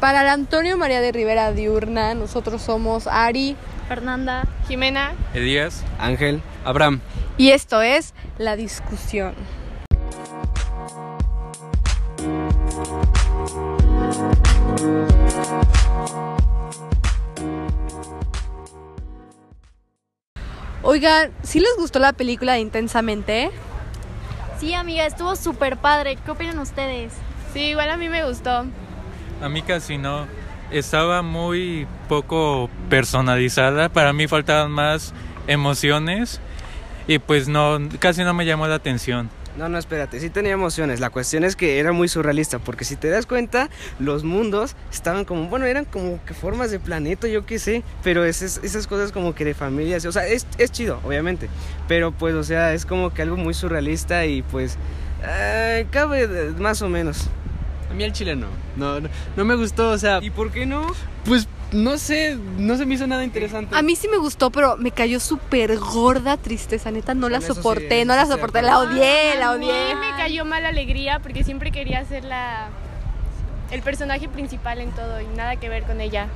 Para el Antonio María de Rivera Diurna, nosotros somos Ari Fernanda. Jimena. Elías. Ángel. Abraham. y esto es La Discusión. Oigan, ¿sí les gustó la película de Intensamente? Sí, amiga, estuvo súper padre. ¿Qué opinan ustedes? Sí, igual a mí me gustó. A mí casi no. Estaba muy poco personalizada. Para mí faltaban más emociones. Y pues no, casi no me llamó la atención. No, no, espérate, sí tenía emociones. La cuestión es que era muy surrealista, porque si te das cuenta, los mundos estaban como, bueno, eran como que formas de planeta, yo qué sé, pero esas, esas cosas como que de familias, o sea, es, es chido, obviamente, pero pues, o sea, es como que algo muy surrealista y pues, eh, cabe eh, más o menos. A mí el chile no. No, no, no me gustó, o sea, ¿Y por qué no? pues no sé, no se me hizo nada interesante. A mí sí me gustó, pero me cayó súper gorda tristeza, neta, no la Con eso sí, soporté, no eso la sí, soporté, de la odié, la a mí odié. me cayó mal alegría porque siempre quería ser la el personaje principal en todo y nada que ver con ella.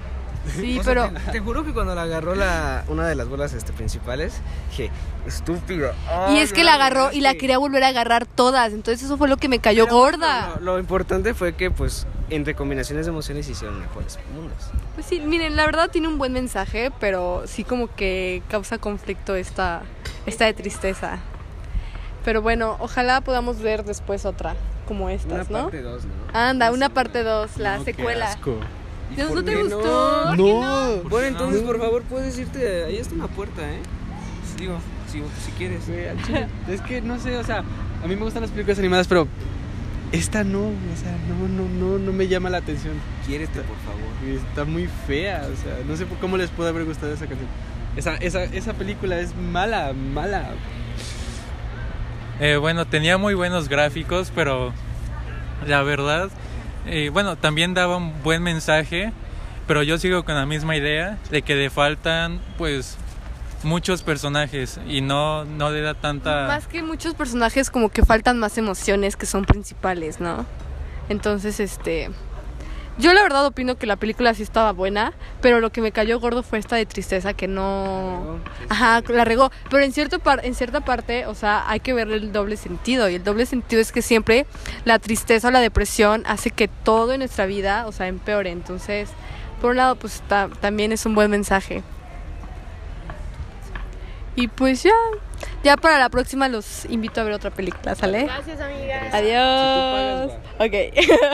Sí, O sea, pero te, te juro que cuando la agarró la, una de las bolas este, principales, dije, estúpido. Y Ay, es que no, la agarró y la que- quería volver a agarrar todas. Entonces eso fue lo que me cayó Pero bueno, gorda. Lo, lo importante fue que, pues, entre combinaciones de emociones hicieron mejores mundos. Pues sí, miren, la verdad tiene un buen mensaje, pero sí como que causa conflicto esta, esta de tristeza. Pero bueno, ojalá podamos ver después otra como estas, ¿no? dos, ¿no? Anda, una parte 2, la secuela. Dios, ¿no te gustó? No. Bueno, entonces, por favor, puedes irte. Ahí está una puerta, ¿eh? Digo, si, si quieres. Es que no sé, o sea, a mí me gustan las películas animadas, pero esta no, o sea, no, no, no, no me llama la atención. Quiérete, por favor. Está muy fea, o sea, no sé por- cómo les puede haber gustado esa canción. Esa, esa, esa película es mala, mala. Eh, bueno, tenía muy buenos gráficos, pero la verdad, eh, bueno, también daba un buen mensaje, pero yo sigo con la misma idea de que le faltan, pues, muchos personajes y no, no le da tanta... Más que muchos personajes como que faltan más emociones que son principales, ¿no? Entonces, este... Yo la verdad opino que la película sí estaba buena, pero lo que me cayó gordo fue esta de tristeza que no... Ajá, la regó. Pero en, cierto par- en cierta parte, o sea, hay que ver el doble sentido. Y el doble sentido es que siempre la tristeza o la depresión hace que todo en nuestra vida, o sea, empeore. Entonces, por un lado, pues ta- también es un buen mensaje. Y pues ya, ya para la próxima los invito a ver otra película, ¿sale? Gracias, amiga. Adiós. ok.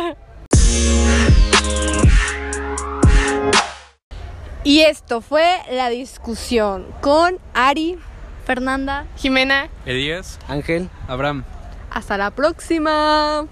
y esto fue la discusión con Ari. Fernanda. Jimena. Elías. Ángel. Abraham. Hasta la próxima.